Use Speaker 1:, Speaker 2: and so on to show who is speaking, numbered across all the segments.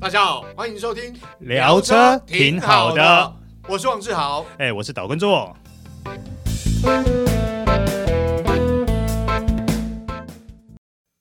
Speaker 1: 大家好，欢迎收听
Speaker 2: 聊车挺好的，
Speaker 1: 我是王志豪。
Speaker 2: 哎、我是岛根座。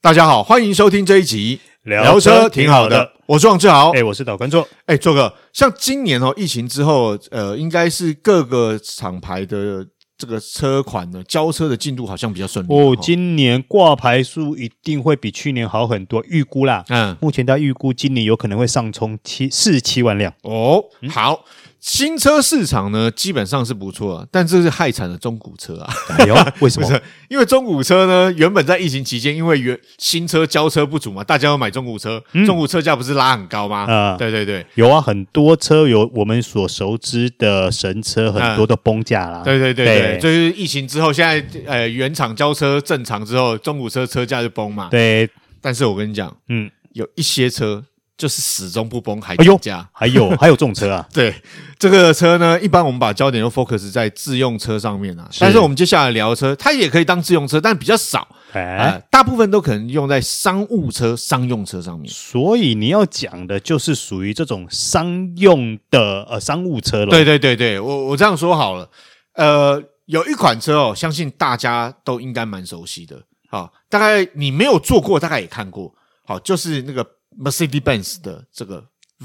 Speaker 1: 大家好，欢迎收听这一集
Speaker 2: 聊车挺好的，
Speaker 1: 我是王志豪。
Speaker 2: 哎、
Speaker 1: 哎、
Speaker 2: 我是岛根座。
Speaker 1: 做个像今年哦，疫情之后，呃，应该是各个厂牌的这个车款呢，交车的进度好像比较顺利嗯
Speaker 2: 哦，今年挂牌数一定会比去年好很多，预估啦。
Speaker 1: 嗯
Speaker 2: 目前大家预估今年有可能会上冲七四七万辆。
Speaker 1: 哦，
Speaker 2: 嗯
Speaker 1: 好。新车市场呢，基本上是不错、啊，但这是害惨了中古车啊！
Speaker 2: 哎 呦，为什
Speaker 1: 不
Speaker 2: 么？
Speaker 1: 是，因为中古车呢，原本在疫情期间，因为原新车交车不足嘛，大家要买中古车，中古车价不是拉很高吗？
Speaker 2: 嗯啊
Speaker 1: 对对对，
Speaker 2: 有啊，很多车有我们所熟知的神车，很多都崩价啦。
Speaker 1: 对对对对，就是疫情之后，现在呃原厂交车正常之后，中古车车价就崩嘛。
Speaker 2: 对，
Speaker 1: 但是我跟你讲，
Speaker 2: 嗯，
Speaker 1: 有一些车就是始终不崩，还
Speaker 2: 哎呦
Speaker 1: 涨价。
Speaker 2: 还 有还有这种车啊，
Speaker 1: 对这个车呢，一般我们把焦点都 focus 在自用车上面啊，
Speaker 2: 是
Speaker 1: 但是我们接下来聊的车，它也可以当自用车，但比较少，
Speaker 2: 哎
Speaker 1: 啊，，大部分都可能用在商务车、商用车上面。
Speaker 2: 所以你要讲的就是属于这种商用的呃商务车了。
Speaker 1: 对对对对，我我这样说好了，呃，有一款车哦，相信大家都应该蛮熟悉的，好、大概你没有坐过，大概也看过，好、就是那个 Mercedes Benz 的这个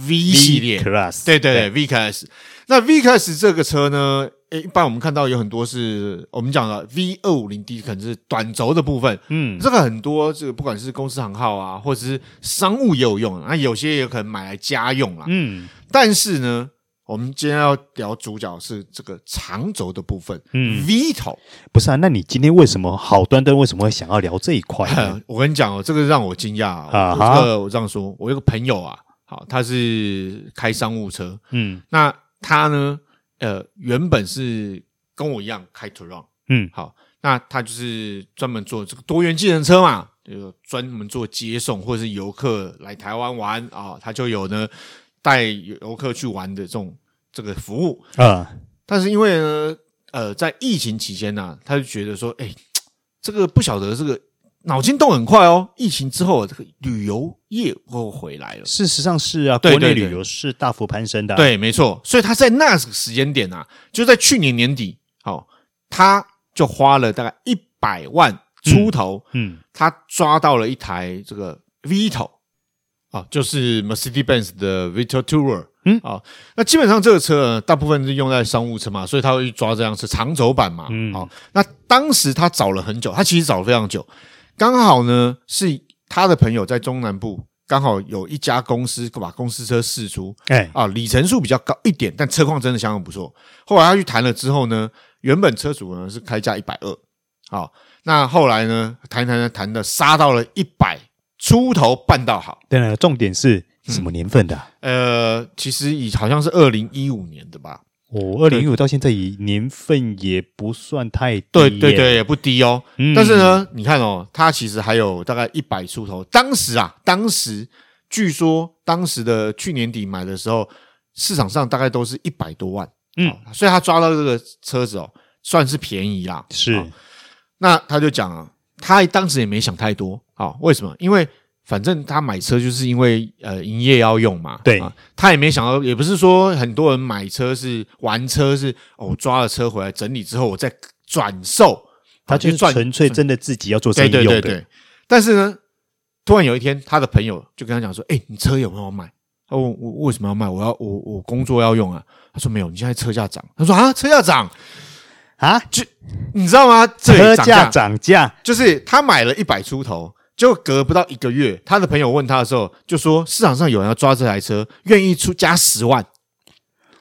Speaker 1: V 系列，
Speaker 2: Class，
Speaker 1: 对对对 v c l s 那 v c l s 这个车呢，诶一般我们看到有很多是我们讲的 V 二五零 D，可能是短轴的部分，
Speaker 2: 嗯，
Speaker 1: 这个很多，这个不管是公司行号啊，或者是商务也有用，那有些也可能买来家用啦。
Speaker 2: 嗯
Speaker 1: 但是呢，我们今天要聊主角是这个长轴的部分，
Speaker 2: 嗯，
Speaker 1: v 头。
Speaker 2: 不是啊，那你今天为什么好端端为什么会想要聊这一块呢？
Speaker 1: 我跟你讲哦，这个让我惊讶哦
Speaker 2: 哎啊
Speaker 1: 我
Speaker 2: 哈
Speaker 1: 这个我这样说，我有个朋友啊，好，他是开商务车，
Speaker 2: 嗯
Speaker 1: 那他呢，呃，原本是跟我一样开 Touran，
Speaker 2: 嗯
Speaker 1: 好，那他就是专门做这个多元计程车嘛，就专门做接送或者是游客来台湾玩啊、他就有呢带游客去玩的这种这个服务。
Speaker 2: 啊，
Speaker 1: 但是因为呢，呃，在疫情期间呢、他就觉得说，哎、这个不晓得这个脑筋动很快哦。疫情之后，这个旅游业又回来了。
Speaker 2: 事实上是啊，
Speaker 1: 对
Speaker 2: 国
Speaker 1: 对
Speaker 2: 内
Speaker 1: 对
Speaker 2: 旅游是大幅攀升的啊。
Speaker 1: 对，没错。所以他在那个时间点啊，就在去年年底，好、他就花了大概一百万出头，
Speaker 2: 嗯，
Speaker 1: 他抓到了一台这个 Vito 啊，就是 Mercedes-Benz 的 Vito Tourer。
Speaker 2: 嗯
Speaker 1: 啊，那基本上这个车呢，大部分是用在商务车嘛，所以他会去抓这辆车长轴版嘛。
Speaker 2: 嗯
Speaker 1: 好、那当时他找了很久，他其实找了非常久，刚好呢是他的朋友在中南部，刚好有一家公司把公司车试出，
Speaker 2: 哎，
Speaker 1: 啊，里程数比较高一点，但车况真的相当不错。后来他去谈了之后呢，原本车主呢是开价一百二，好，那后来呢谈谈谈谈的杀到了一百出头办到好。
Speaker 2: 对了，重点是什么年份的啊？
Speaker 1: 呃，其实以好像是二零一五年的吧，
Speaker 2: 我二零一五到现在，以年份也不算太低。
Speaker 1: 对对，对，也不低哦。
Speaker 2: 嗯
Speaker 1: 但是，呢，你看哦，它其实还有大概一百出头。当时啊，当时据说当时的去年底买的时候，市场上大概都是一百多万，
Speaker 2: 嗯
Speaker 1: 好，所以他抓到这个车子哦，算是便宜啦。好
Speaker 2: 是，
Speaker 1: 那他就讲啊，他当时也没想太多啊、好为什么？因为反正他买车就是因为呃营业要用嘛，
Speaker 2: 对
Speaker 1: 啊，他也没想到，也不是说很多人买车是玩车是哦，我抓了车回来整理之后我再转售，
Speaker 2: 他
Speaker 1: 啊
Speaker 2: 就是
Speaker 1: 赚
Speaker 2: 纯粹真的自己要做生
Speaker 1: 对哎对
Speaker 2: 意
Speaker 1: 对
Speaker 2: 用的。
Speaker 1: 对。但是呢，突然有一天，他的朋友就跟他讲说：“哎、你车有没有要卖？”他问我我为什么要卖？我要我我工作要用啊。他说没有，你现在车价涨。他说啊，车价涨，
Speaker 2: 啊，
Speaker 1: 你知道吗？这
Speaker 2: 车
Speaker 1: 也
Speaker 2: 价涨价，
Speaker 1: 就是他买了一百出头，就隔不到一个月，他的朋友问他的时候，就说市场上有人要抓这台车，愿意出加十万，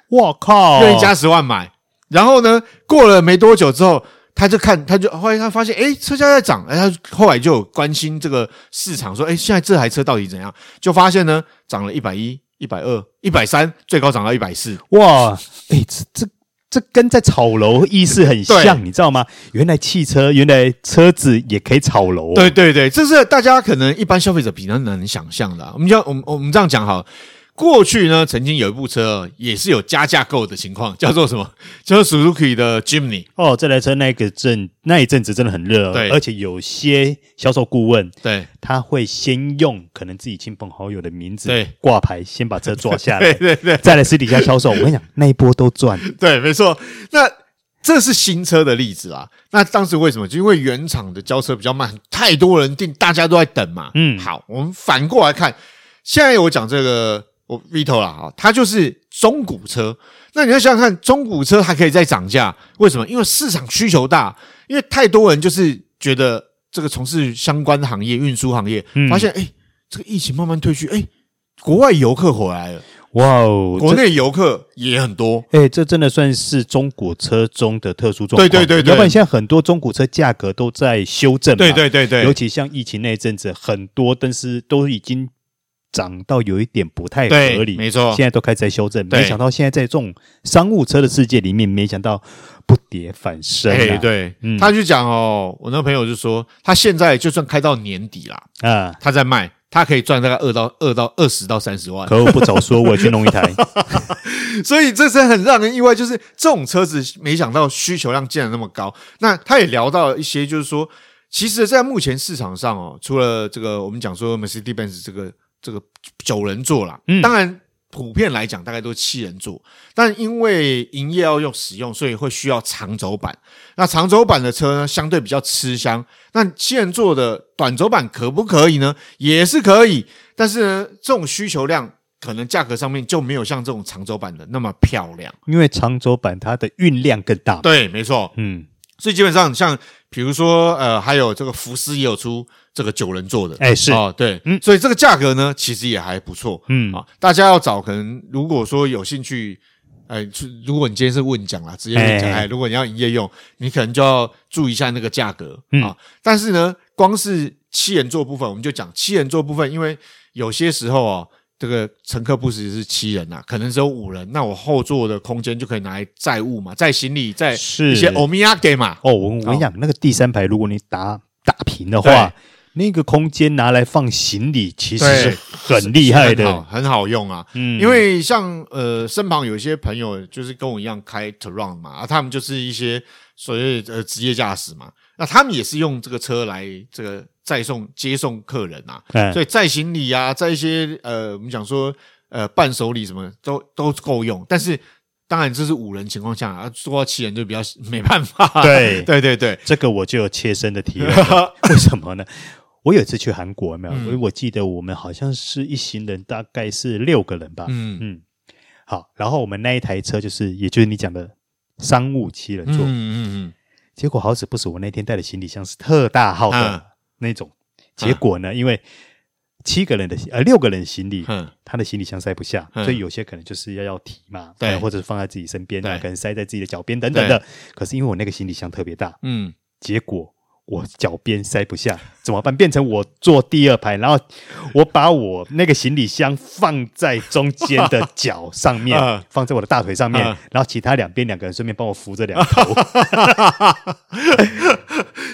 Speaker 2: 我靠！
Speaker 1: 愿意加十万买。然后呢，过了没多久之后，他就看，他就后来他发现，哎，车价在涨，哎，他就后来就有关心这个市场，说，哎，现在这台车到底怎样？就发现呢，涨了一百一、一百二、一百三，最高涨到一百四。
Speaker 2: 哇，哎、这这这跟在炒楼意思很像，
Speaker 1: 对
Speaker 2: 你知道吗？原来汽车，原来车子也可以炒楼、哦
Speaker 1: 对对对，这是大家可能一般消费者比较难想象的啊、我们要我们我们这样讲好了，过去呢，曾经有一部车哦也是有加价购的情况，叫做什么？叫做 Suzuki 的 Jimny。
Speaker 2: 哦，这台车那个阵那一阵子真的很热哦，
Speaker 1: 对
Speaker 2: 而且有些销售顾问
Speaker 1: 对
Speaker 2: 他会先用可能自己亲朋好友的名字
Speaker 1: 对
Speaker 2: 挂牌，先把车抓下
Speaker 1: 对
Speaker 2: 来，
Speaker 1: 对对
Speaker 2: 再来私底下销售。我跟你讲，那一波都 赚。
Speaker 1: 对，没错。那这是新车的例子啊。那当时为什么？就因为原厂的交车比较慢，太多人订，大家都在等嘛。
Speaker 2: 嗯
Speaker 1: 好，我们反过来看，现在我讲这个我 Vito 啦啊，它就是中古车。那你要想想看，中古车还可以再涨价，为什么？因为市场需求大，因为太多人就是觉得这个从事相关的行业，运输行业，
Speaker 2: 嗯
Speaker 1: 发现哎、诶这个疫情慢慢退去，哎、国外游客回来了，
Speaker 2: 哇哦，
Speaker 1: 国内游客也很多，
Speaker 2: 哎、这真的算是中古车中的特殊状
Speaker 1: 对
Speaker 2: 况。
Speaker 1: 对对对
Speaker 2: 要不然现在很多中古车价格都在修正嘛。
Speaker 1: 对对对对，
Speaker 2: 尤其像疫情那一阵子，很多但是都已经涨到有一点不太
Speaker 1: 对，
Speaker 2: 合理，
Speaker 1: 没错
Speaker 2: 现，在都开始在修正。
Speaker 1: 对
Speaker 2: 没想到现在在这种商务车的世界里面，没想到不跌反升、
Speaker 1: 哎，
Speaker 2: 啊。
Speaker 1: 对，
Speaker 2: 嗯
Speaker 1: 他就讲哦，我那个朋友就说，他现在就算开到年底啦，
Speaker 2: 啊，
Speaker 1: 他在卖，他可以赚大概二到二到二十到三十万，
Speaker 2: 可我不早说，我也去弄一台。
Speaker 1: 所以这是很让人意外，就是这种车子没想到需求量竟然那么高。那他也聊到了一些，就是说，其实，在目前市场上哦，除了这个我们讲说 Mercedes-Benz 这个这个九人座啦，
Speaker 2: 嗯
Speaker 1: 当然。普遍来讲，大概都是七人座，但因为营业要用使用，所以会需要长轴版。那长轴版的车呢，相对比较吃香。那七人座的短轴版可不可以呢？也是可以，但是呢，这种需求量可能价格上面就没有像这种长轴版的那么漂亮。
Speaker 2: 因为长轴版它的运量更大嘛。
Speaker 1: 对，没错。
Speaker 2: 嗯，
Speaker 1: 所以基本上像比如说呃，还有这个福斯也有出这个九人座的，
Speaker 2: 哎是
Speaker 1: 哦，对，
Speaker 2: 嗯
Speaker 1: 所以这个价格呢，其实也还不错。
Speaker 2: 嗯
Speaker 1: 啊，大家要找可能如果说有兴趣，呃，去如果你今天是问讲啦，直接问讲，
Speaker 2: 哎
Speaker 1: 哎，如果你要营业用，你可能就要注意一下那个价格、
Speaker 2: 嗯
Speaker 1: 啊。但是呢，光是七人座部分，我们就讲七人座部分，因为有些时候哦。这个乘客不只是七人呐、可能只有五人，那我后座的空间就可以拿来载物嘛，载行李，载
Speaker 2: 是
Speaker 1: 哎一些欧米亚给嘛。
Speaker 2: 哦，我我跟你讲，那个第三排，如果你打打平的话，那个空间拿来放行李，其实是
Speaker 1: 对
Speaker 2: 很厉害
Speaker 1: 很好
Speaker 2: 的。
Speaker 1: 很好用啊。
Speaker 2: 嗯
Speaker 1: 因为像呃，身旁有一些朋友就是跟我一样开 t r o n 嘛，啊，他们就是一些所谓呃职业驾驶嘛，那他们也是用这个车来这个载送接送客人啊，
Speaker 2: 嗯
Speaker 1: 所以载行李啊，载一些呃，我们讲说呃伴手礼什么都都够用，但是当然这是五人情况下啊，说到七人就比较 没办法。
Speaker 2: 对
Speaker 1: 对对对，
Speaker 2: 这个我就有切身的 体验了。为什么呢？我有一次去韩国，有没有？
Speaker 1: 嗯
Speaker 2: 我我记得我们好像是一行人，大概是六个人吧。
Speaker 1: 嗯
Speaker 2: 嗯，好。然后我们那一台车就是，也就是你讲的商务七人
Speaker 1: 嗯
Speaker 2: 座。
Speaker 1: 嗯
Speaker 2: 结果好死不死，我那天带的行李箱是特大
Speaker 1: 嗯
Speaker 2: 号的那种。
Speaker 1: 啊
Speaker 2: 结果呢，因为七个人的呃六个人行李
Speaker 1: 嗯，嗯，
Speaker 2: 他的行李箱塞不下，
Speaker 1: 嗯
Speaker 2: 所以有些可能就是要要提嘛，
Speaker 1: 对
Speaker 2: 呃或者是放在自己身边啊，
Speaker 1: 对
Speaker 2: 可能塞在自己的脚边等等的。可是因为我那个行李箱特别大，
Speaker 1: 嗯，
Speaker 2: 结果我脚边塞不下，怎么办？变成我坐第二排，然后我把我那个行李箱放在中间的脚上 面，
Speaker 1: 嗯
Speaker 2: 放在我的大腿上面，
Speaker 1: 嗯
Speaker 2: 然后其他两边两个人顺便帮我扶着两头。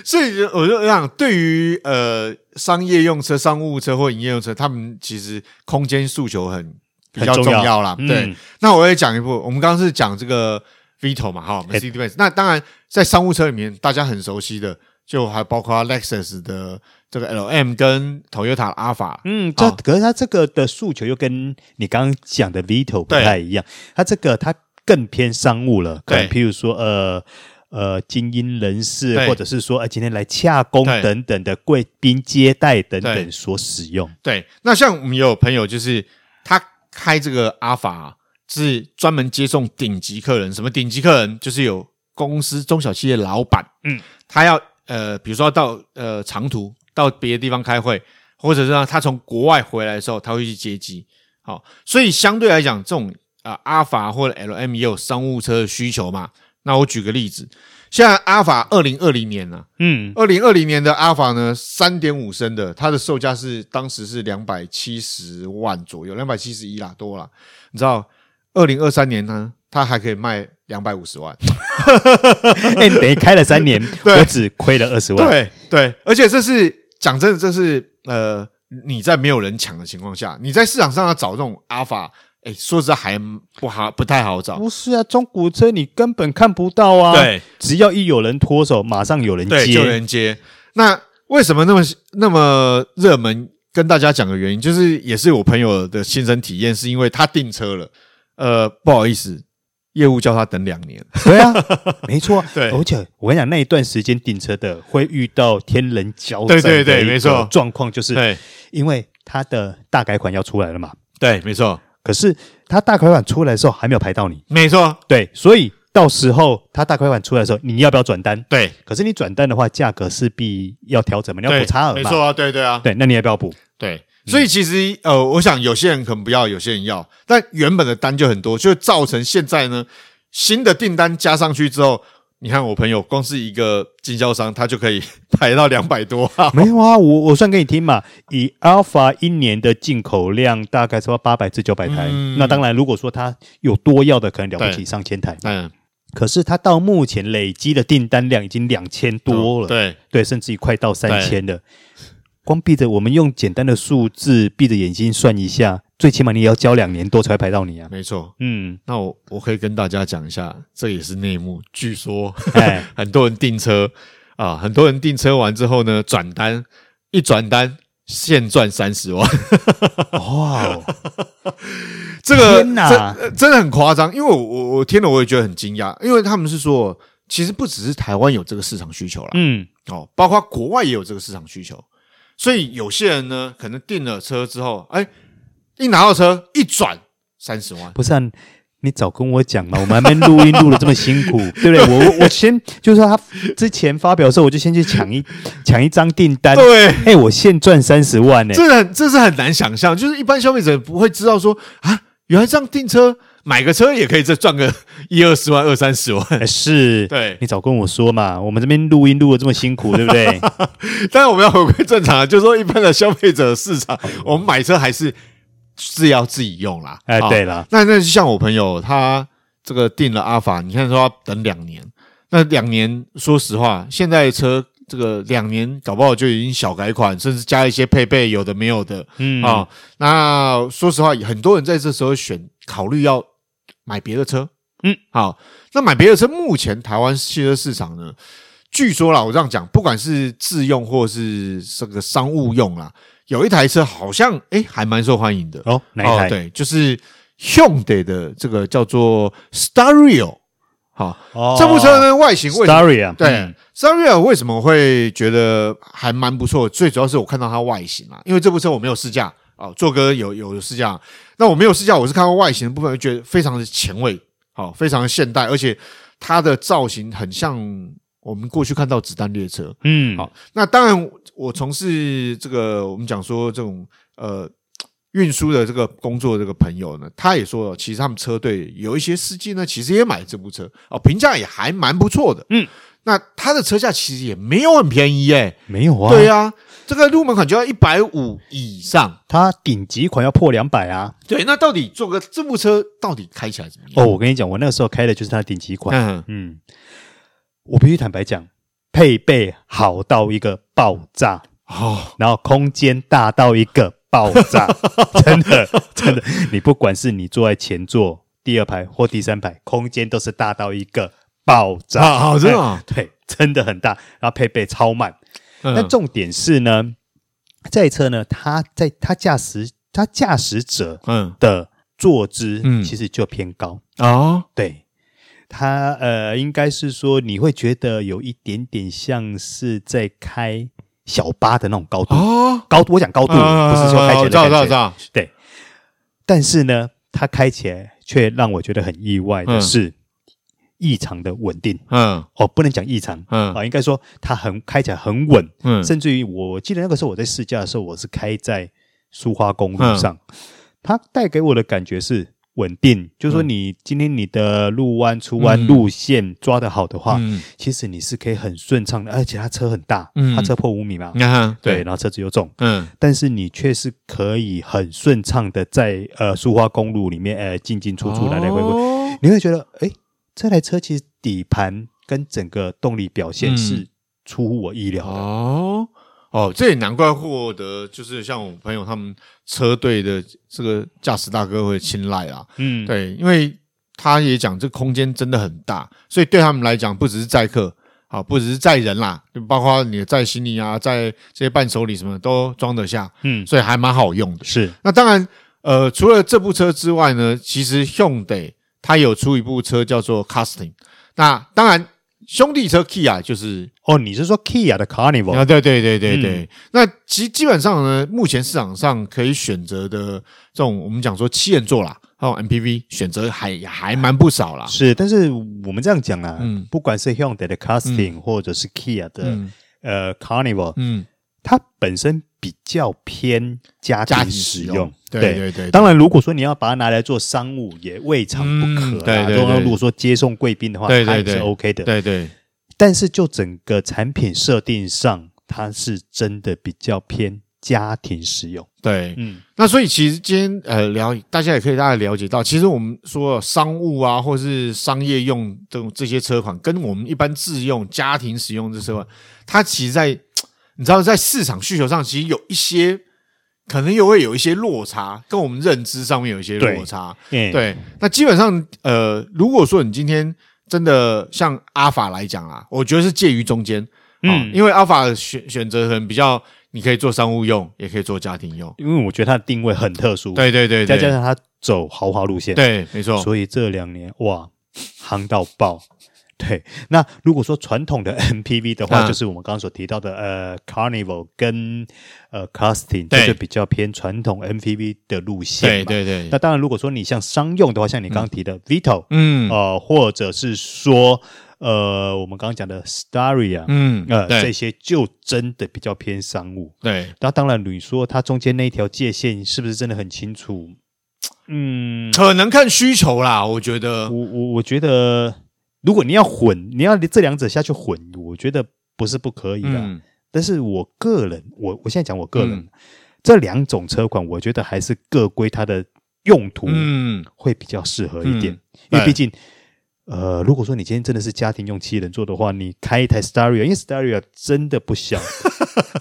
Speaker 1: 所以我就想，对于呃商业用车、商务车或营业用车，他们其实空间诉求很 比较
Speaker 2: 很重要
Speaker 1: 要啦。
Speaker 2: 嗯
Speaker 1: 对，那我也讲一部，我们刚刚是讲这个 Vito 嘛，哈
Speaker 2: 哎
Speaker 1: ，Mercedes Benz。那当然，在商务车里面，大家很熟悉的，就还包括 Lexus 的这个 LM 跟 Toyota 阿法。
Speaker 2: 嗯，这
Speaker 1: 好
Speaker 2: 可是他这个的诉求又跟你刚刚讲的 Vito 不
Speaker 1: 对
Speaker 2: 太一样，他这个他更偏商务了，可能
Speaker 1: 对
Speaker 2: 譬如说呃呃精英人士，
Speaker 1: 对
Speaker 2: 或者是说呃今天来洽公
Speaker 1: 对
Speaker 2: 等等的贵宾接待等
Speaker 1: 对
Speaker 2: 等所使用。
Speaker 1: 对，那像我们也有朋友，就是他开这个阿法、是专门接送顶级客人，什么顶级客人就是有公司中小企业老板，
Speaker 2: 嗯，
Speaker 1: 他要呃，比如说到呃长途到别的地方开会，或者是让他从国外回来的时候，他会去接机。好，所以相对来讲，这种啊阿法或者 LM 也有商务车的需求嘛。那我举个例子，现在阿法二零二零年啊呢、
Speaker 2: 嗯，
Speaker 1: 二零二零年的阿法呢，三点五升的，它的售价是当时是两百七十万左右，两百七十一啦，多啦。你知道，二零二三年呢，它还可以卖两百五十万。
Speaker 2: 哎、你等于开了 三年，
Speaker 1: 对
Speaker 2: 我只亏了二十万。
Speaker 1: 对对，而且这是讲真的，这是呃你在没有人抢的情况下，你在市场上要找这种阿法，哎，说实在还不好，不太好找。
Speaker 2: 不是啊，中古车你根本看不到啊。，
Speaker 1: 对
Speaker 2: 只要一有人脱手，马上有人
Speaker 1: 对，就有
Speaker 2: 接。
Speaker 1: 人接。那为什么那么那么热门？跟大家讲的原因，就是也是我朋友的亲身体验，是因为他订车了，呃，不好意思，业务叫他等两年。
Speaker 2: 对 啊，没错啊。
Speaker 1: 对
Speaker 2: 而且我跟你讲，那一段时间订车的会遇到天人交
Speaker 1: 对
Speaker 2: 战，
Speaker 1: 对对没错
Speaker 2: 状况就是因为他的大改款要出来了嘛，
Speaker 1: 对，没错，
Speaker 2: 可是他大改款出来的时候还没有排到你，
Speaker 1: 没错，
Speaker 2: 对，所以到时候他大改款出来的时候，你要不要转单？
Speaker 1: 对，
Speaker 2: 可是你转单的话，价格势必要调整嘛，你要
Speaker 1: 对
Speaker 2: 补差额
Speaker 1: 没
Speaker 2: 嘛。嗯
Speaker 1: 错啊，对对啊，
Speaker 2: 对，那你要不要补？
Speaker 1: 对，所以其实呃，我想有些人可能不要，有些人要，但原本的单就很多，就造成现在呢新的订单加上去之后，你看我朋友光是一个经销商，他就可以 排到两百多 号，
Speaker 2: 没有啊，我我算给你听嘛。以 Alpha 一年的进口量大概是八百至九百台，
Speaker 1: 嗯
Speaker 2: 那当然，如果说它有多要的，可能了不
Speaker 1: 对
Speaker 2: 起上千台。
Speaker 1: 嗯，
Speaker 2: 可是它到目前累积的订单量已经两千多了，
Speaker 1: 对
Speaker 2: 对，甚至于快到三千了。光闭着我们用简单的数字闭着眼睛算一下，最起码你也要交两年多才会排到你啊。
Speaker 1: 没错。
Speaker 2: 嗯，
Speaker 1: 那我我可以跟大家讲一下，这也是内幕。据说
Speaker 2: 哎，
Speaker 1: 很多人订车啊，很多人订车完之后呢，转单一转单现赚三十万，
Speaker 2: 哇、哦，
Speaker 1: 这个
Speaker 2: 天
Speaker 1: 真
Speaker 2: 哪
Speaker 1: 呃真的很夸张，因为我我我听了我也觉得很惊讶，因为他们是说，其实不只是台湾有这个市场需求啦，
Speaker 2: 嗯，
Speaker 1: 哦，包括国外也有这个市场需求，所以有些人呢，可能订了车之后，哎，一拿到车一转三十万，
Speaker 2: 不是、啊，你早跟我讲嘛，我们还没录音录的这么辛 苦，对不对？我我我先就是他之前发表的时候，我就先去抢一 抢一张订单，
Speaker 1: 对，
Speaker 2: 哎、我现赚三十万呢、
Speaker 1: 这很这是很难想象，就是一般消费者不会知道说啊，原来这样订车买个车也可以再赚个 一二十万、二三十万，
Speaker 2: 哎是，
Speaker 1: 对。
Speaker 2: 你早跟我说嘛，我们这边录音录的这么辛苦，对不 对？
Speaker 1: 当然我们要回归正常啊的，就是说一般的消费者市 场，我们买车还是是要自己用啦。
Speaker 2: 哎、
Speaker 1: 好
Speaker 2: 对啦，
Speaker 1: 那那就像我朋友他这个订了阿法，你看说要等两年，那两年说实话，现在车这个两年搞不好就已经小改款，甚至加一些配备，有的没有的
Speaker 2: 嗯，
Speaker 1: 啊、哦那说实话，很多人在这时候选考虑要买别的车，
Speaker 2: 嗯，
Speaker 1: 好，那买别的车，目前台湾汽车市场呢，据说啦，我这样讲，不管是自用或是这个商务用啦，有一台车好像诶还蛮受欢迎的。
Speaker 2: 哦，哪一台？
Speaker 1: 哦？对，就是 Hyundai 的这个叫做 Stario。好，
Speaker 2: 哦
Speaker 1: 这部车呢外形为什么？
Speaker 2: ，Staria，
Speaker 1: 对
Speaker 2: 嗯
Speaker 1: Stario 为什么会觉得还蛮不错？最主要是我看到它外形啊，因为这部车我没有试驾哦，做哥有有试驾，那我没有试驾，我是看到外形的部分，就觉得非常的前卫，好、非常的现代，而且它的造型很像我们过去看到子弹列车，
Speaker 2: 嗯，
Speaker 1: 好，那当然，我从事这个我们讲说这种呃运输的这个工作，这个朋友呢，他也说了，其实他们车队有一些司机呢，其实也买这部车哦，评价也还蛮不错的。
Speaker 2: 嗯，
Speaker 1: 那他的车价其实也没有很便宜耶、
Speaker 2: 没有啊，
Speaker 1: 对呀、这个入门款就要一百五以上。
Speaker 2: 它顶级款要破两百啊。
Speaker 1: 对，那到底做个这部车到底开起来怎么样？
Speaker 2: 哦，我跟你讲，我那个时候开的就是它的顶级款，
Speaker 1: 嗯，
Speaker 2: 嗯，我必须坦白讲，配备好到一个爆 炸，
Speaker 1: 哦，
Speaker 2: 然后空间大到一个爆炸， 真的真的，你不管是你坐在前座、第二排或第三排，空间都是大到一个爆炸，
Speaker 1: 啊好真的啊嗯
Speaker 2: 哎对，真的很大，然后配备超慢。
Speaker 1: 那
Speaker 2: 那重点是呢，这台车呢，它在它驾驶它驾驶者
Speaker 1: 嗯
Speaker 2: 的坐姿
Speaker 1: 嗯
Speaker 2: 其实就偏高。
Speaker 1: 哦，
Speaker 2: 对，它呃，应该是说你会觉得有一点点像是在开小巴的那种高度，
Speaker 1: 哦，
Speaker 2: 高度我讲高度、不是说开起来
Speaker 1: 我
Speaker 2: 的
Speaker 1: 知道我
Speaker 2: 感
Speaker 1: 知道我知
Speaker 2: 觉，
Speaker 1: 道，
Speaker 2: 对。但是呢，它开起来却让我觉得很意外的
Speaker 1: 嗯
Speaker 2: 是，异常的稳定
Speaker 1: 嗯
Speaker 2: 哦，不能讲异常。啊、
Speaker 1: 嗯
Speaker 2: 应该说它很开起来很稳，
Speaker 1: 嗯，
Speaker 2: 甚至于我记得那个时候我在试驾的时候，我是开在苏花公路上，
Speaker 1: 嗯
Speaker 2: 它带给我的感觉是稳定，就是说你今天你的路弯、出弯
Speaker 1: 嗯
Speaker 2: 路线抓得好的话，
Speaker 1: 嗯
Speaker 2: 其实你是可以很顺畅的，而且它车很大，
Speaker 1: 嗯
Speaker 2: 它车破五米嘛，
Speaker 1: 啊，
Speaker 2: 对，，然后车子又重。
Speaker 1: 嗯
Speaker 2: 但是你却是可以很顺畅的在呃苏花公路里面呃进进出出来来回回，
Speaker 1: 回。
Speaker 2: 你会觉得，哎，这台车其实底盘跟整个动力表现
Speaker 1: 嗯
Speaker 2: 是出乎我意料的。
Speaker 1: 哦哦哦，这也难怪获得就是像我朋友他们车队的这个驾驶大哥会青睐啦。
Speaker 2: 嗯，
Speaker 1: 对，因为他也讲这空间真的很大，所以对他们来讲不只是载客。啊，不只是载人啦，就包括你的载行李啊，载这些伴手礼什么的都装得下，
Speaker 2: 嗯，
Speaker 1: 所以还蛮好用的。
Speaker 2: 是，
Speaker 1: 那当然，呃，除了这部车之外呢，其实 Hyundai 它有出一部车叫做 Custom。那当然，兄弟车 Kia 就是
Speaker 2: 哦，你是说 Kia 的 Carnival？
Speaker 1: 啊，对对对对对。
Speaker 2: 嗯
Speaker 1: 那其实基本上呢，目前市场上可以选择的这种我们讲说七人座啦，哦还有 MPV 选择还还蛮不少啦。
Speaker 2: 啊是，但是我们这样讲啦，
Speaker 1: 嗯
Speaker 2: 不管是 Hyundai 的 Casting、或者是 Kia 的、
Speaker 1: 嗯
Speaker 2: 呃 Carnival，、
Speaker 1: 嗯，
Speaker 2: 它本身比较偏家
Speaker 1: 家庭
Speaker 2: 使
Speaker 1: 使用，对
Speaker 2: 对
Speaker 1: 对对，
Speaker 2: 当然，如果说你要把它拿来做商务，也未尝不可啦。
Speaker 1: 嗯
Speaker 2: 啊
Speaker 1: 对对
Speaker 2: 如果
Speaker 1: 对
Speaker 2: 如果说接送贵宾的话，
Speaker 1: 对对
Speaker 2: 它也是
Speaker 1: 对
Speaker 2: OK 的。
Speaker 1: 对对
Speaker 2: 但是就整个产品设定上，它是真的比较偏家庭使用。
Speaker 1: 对，
Speaker 2: 嗯，
Speaker 1: 那所以其实今天呃了，大家也可以大概了解到，其实我们说商务啊，或是商业用这种这些车款，跟我们一般自用、家庭使用这车款，它其实在你知道在市场需求上，其实有一些可能又会有一些落差，跟我们认知上面有一些落差。
Speaker 2: 对
Speaker 1: 对，那基本上呃，如果说你今天真的像阿法来讲啊，我觉得是介于中间，嗯，
Speaker 2: 嗯
Speaker 1: 因为阿法选选择可能比较，你可以做商务用，也可以做家庭用。
Speaker 2: 因为我觉得它的定位很特殊，，
Speaker 1: 对对对，
Speaker 2: 再
Speaker 1: 对
Speaker 2: 加上它走豪华路线，，
Speaker 1: 对，没错，
Speaker 2: 所以这两年哇，夯到爆。 对，那如果说传统的 MPV 的
Speaker 1: 嗯
Speaker 2: 话，就是我们刚刚所提到的呃 Carnival 跟呃 Casting，
Speaker 1: 对
Speaker 2: 这就比较偏传统 MPV 的路线
Speaker 1: 对
Speaker 2: 嘛。
Speaker 1: 对对
Speaker 2: 那，当然，如果说你像商用的话，像你刚刚提的 Vito，
Speaker 1: 嗯
Speaker 2: 呃，或者是说呃我们刚刚讲的 Staria，
Speaker 1: 嗯
Speaker 2: 呃这
Speaker 1: 对
Speaker 2: 些就真的比较偏商务。
Speaker 1: 对
Speaker 2: 那当然，你说它中间那一条界限是不是真的很清楚？嗯，
Speaker 1: 可能看需求啦，我觉得
Speaker 2: 我我我觉得，如果你要混，你要这两者下去混，我觉得不是不可以的。
Speaker 1: 嗯
Speaker 2: 但是我个人，我我现在讲我个人，
Speaker 1: 嗯
Speaker 2: 这两种车款，我觉得还是各归它的用途
Speaker 1: 嗯
Speaker 2: 会比较适合一点，
Speaker 1: 嗯
Speaker 2: 因为
Speaker 1: 对
Speaker 2: 毕竟。呃，如果说你今天真的是家庭用七人座的话，你开一台 Staria，因为 Staria 真的 不小。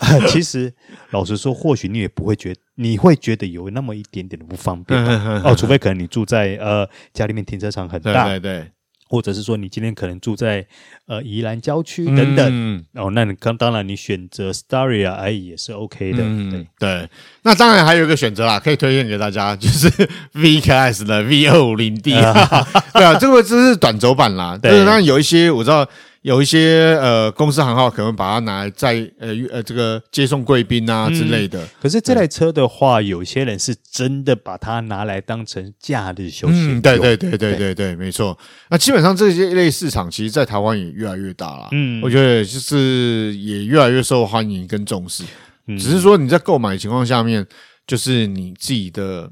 Speaker 2: 呃其实老实说，或许你也不会觉你会觉得有那么一点点的不方便吧
Speaker 1: 嗯嗯嗯
Speaker 2: 哦，除非可能你住在呃家里面停车场很
Speaker 1: 对
Speaker 2: 大，
Speaker 1: 对对，
Speaker 2: 或者是说你今天可能住在呃宜兰郊区等等。
Speaker 1: 嗯
Speaker 2: 哦，那你刚当然你选择 Staria 哎也是 OK 的，
Speaker 1: 嗯
Speaker 2: 对，
Speaker 1: 对。那当然还有一个选择啦，可以推荐给大家， 就是 V Class 的 V 二五零 D，对 啊，这个这是短轴版啦。
Speaker 2: 对
Speaker 1: 但是当然有一些我知道。有一些呃公司行号可能把它拿来在呃呃这个接送贵宾啊
Speaker 2: 嗯
Speaker 1: 之类的，
Speaker 2: 可是这台车的话，有些人是真的把它拿来当成假日休息、
Speaker 1: 嗯，对对，对对对对，没错。那基本上这些类市场，其实在台湾也越来越大了。
Speaker 2: 嗯
Speaker 1: 我觉得就是也越来越受欢迎跟重视。
Speaker 2: 嗯
Speaker 1: 只是说你在购买的情况下面，就是你自己的，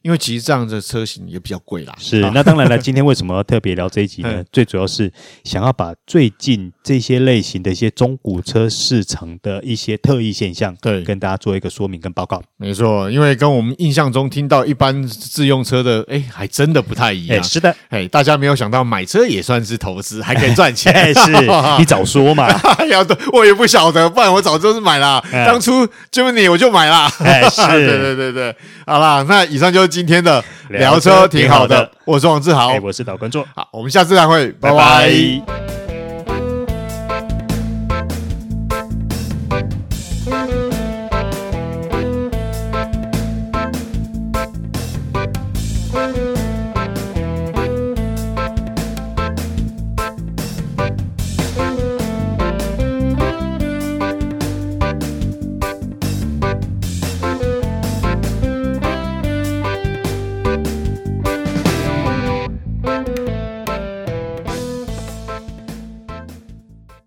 Speaker 1: 因为其实这样的车型也比较贵啦。
Speaker 2: 是
Speaker 1: 啊
Speaker 2: 那当然了。今天为什么要特别聊这一集呢
Speaker 1: 嗯？
Speaker 2: 最主要是想要把最近这些类型的一些中古车市场的一些特异现象，
Speaker 1: 对
Speaker 2: 跟大家做一个说明跟报告。
Speaker 1: 没错，因为跟我们印象中听到一般自用车的，哎，还真的不太一
Speaker 2: 哎，
Speaker 1: 样。
Speaker 2: 是的，
Speaker 1: 哎，大家没有想到买车也算是投资，还可以赚钱。
Speaker 2: 哎，是你早说嘛。
Speaker 1: 哎呀，对我也不晓得，不然我早就是买啦。
Speaker 2: 哎
Speaker 1: 当初就是你，我就买 啦。
Speaker 2: 哎 是
Speaker 1: 啊对对对对，好啦，那以上就是今天的
Speaker 2: 聊
Speaker 1: 聊
Speaker 2: 车
Speaker 1: 车，
Speaker 2: 挺
Speaker 1: 挺
Speaker 2: 好
Speaker 1: 好
Speaker 2: 的
Speaker 1: 的。我是王志豪
Speaker 2: 哎，，我是导观众，
Speaker 1: 好，我们下次再会，
Speaker 2: 拜
Speaker 1: 拜拜。
Speaker 2: 拜